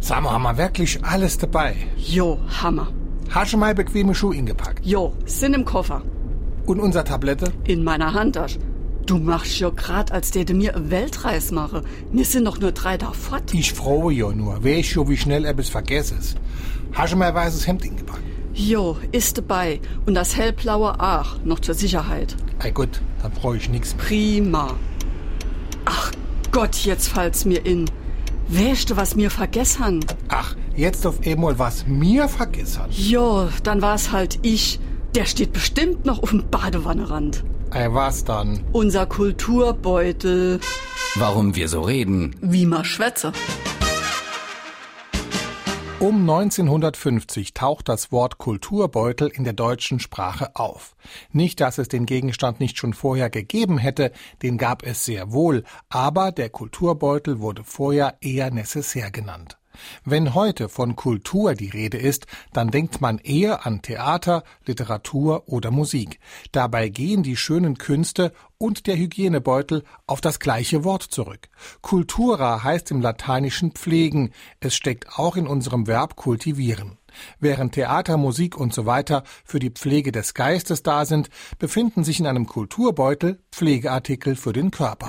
Sag mal, haben wir wirklich alles dabei? Jo, Hammer. Hast du mal bequeme Schuhe hingepackt? Jo, sind im Koffer. Und unsere Tablette? In meiner Handtasche. Du machst ja grad, als der mir eine Weltreis mache. Mir sind doch nur drei da fort. Ich frohe ja nur. Weißt schon, wie schnell etwas vergesses. Hast du mal ein weißes Hemd hingepackt? Jo, ist dabei. Und das hellblaue Ach, noch zur Sicherheit. Ei gut, dann brauche ich nichts mehr. Prima. Ach Gott, jetzt fallt's mir in. Wäschte, was mir vergessen. Ach, jetzt auf einmal was mir vergessen. Jo, dann war's halt ich. Der steht bestimmt noch auf dem Badewannenrand. Ei, was dann? Unser Kulturbeutel, Warum wir so reden. wie man schwätze. Um 1950 taucht das Wort Kulturbeutel in der deutschen Sprache auf. Nicht, dass es den Gegenstand nicht schon vorher gegeben hätte, den gab es sehr wohl, aber der Kulturbeutel wurde vorher eher necessär genannt. Wenn heute von Kultur die Rede ist, dann denkt man eher an Theater, Literatur oder Musik. Dabei gehen die schönen Künste und der Hygienebeutel auf das gleiche Wort zurück. Cultura heißt im Lateinischen pflegen. Es steckt auch in unserem Verb kultivieren. Während Theater, Musik und so weiter für die Pflege des Geistes da sind, befinden sich in einem Kulturbeutel Pflegeartikel für den Körper.